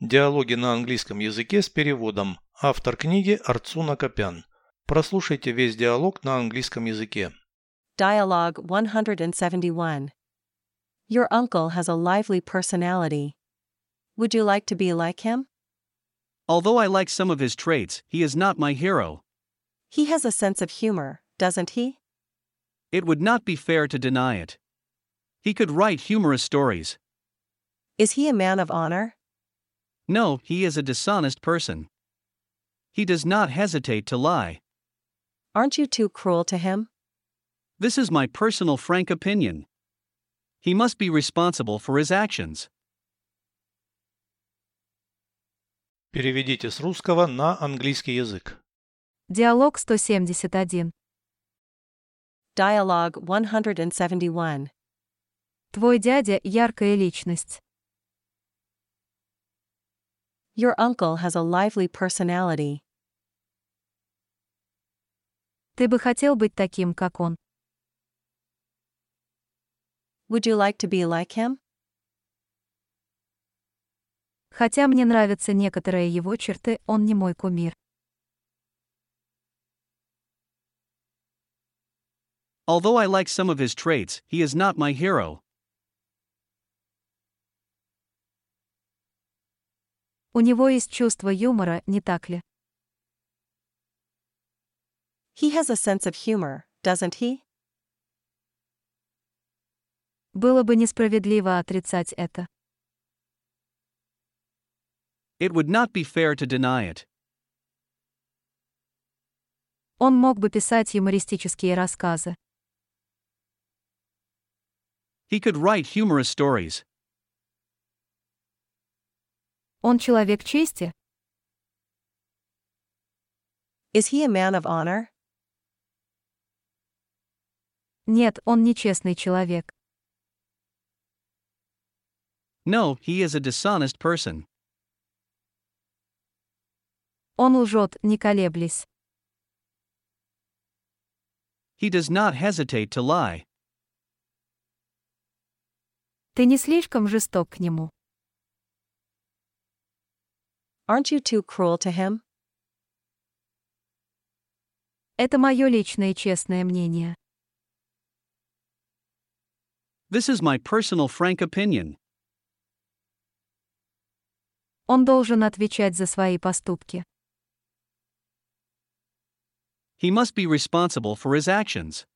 Диалоги на английском языке с переводом. Автор книги Арцуна Копян. Прослушайте весь диалог на английском языке. Dialogue 171. Your uncle has a lively personality. Would you like to be like him? Although I like some of his traits, he is not my hero. He has a sense of humor, doesn't he? It would not be fair to deny it. He could write humorous stories. Is he a man of honor? No, he is a dishonest person. He does not hesitate to lie. Aren't you too cruel to him? This is my personal frank opinion. He must be responsible for his actions. Переведите с русского на английский язык. Диалог 171. Dialogue 171. Твой дядя – яркая личность. Your uncle has a lively personality. Ты бы хотел быть таким, как он. Would you like to be like him? Хотя мне нравятся некоторые его черты, он не мой кумир. Although I like some of his traits, he is not my hero. У него есть чувство юмора, не так ли? He has a sense of humor, doesn't he? Было бы несправедливо отрицать это. It would not be fair to deny it. Он мог бы писать юмористические рассказы. He could write humorous stories. Он человек чести? Is he a man of honor? Нет, он нечестный человек. No, he is a dishonest person. Он лжет, не колеблясь. He does not hesitate to lie. Ты не слишком жесток к нему. Aren't you too cruel to him? Это мое личное честное мнение. This is my personal frank opinion. Он должен отвечать за свои поступки. He must be responsible for his actions.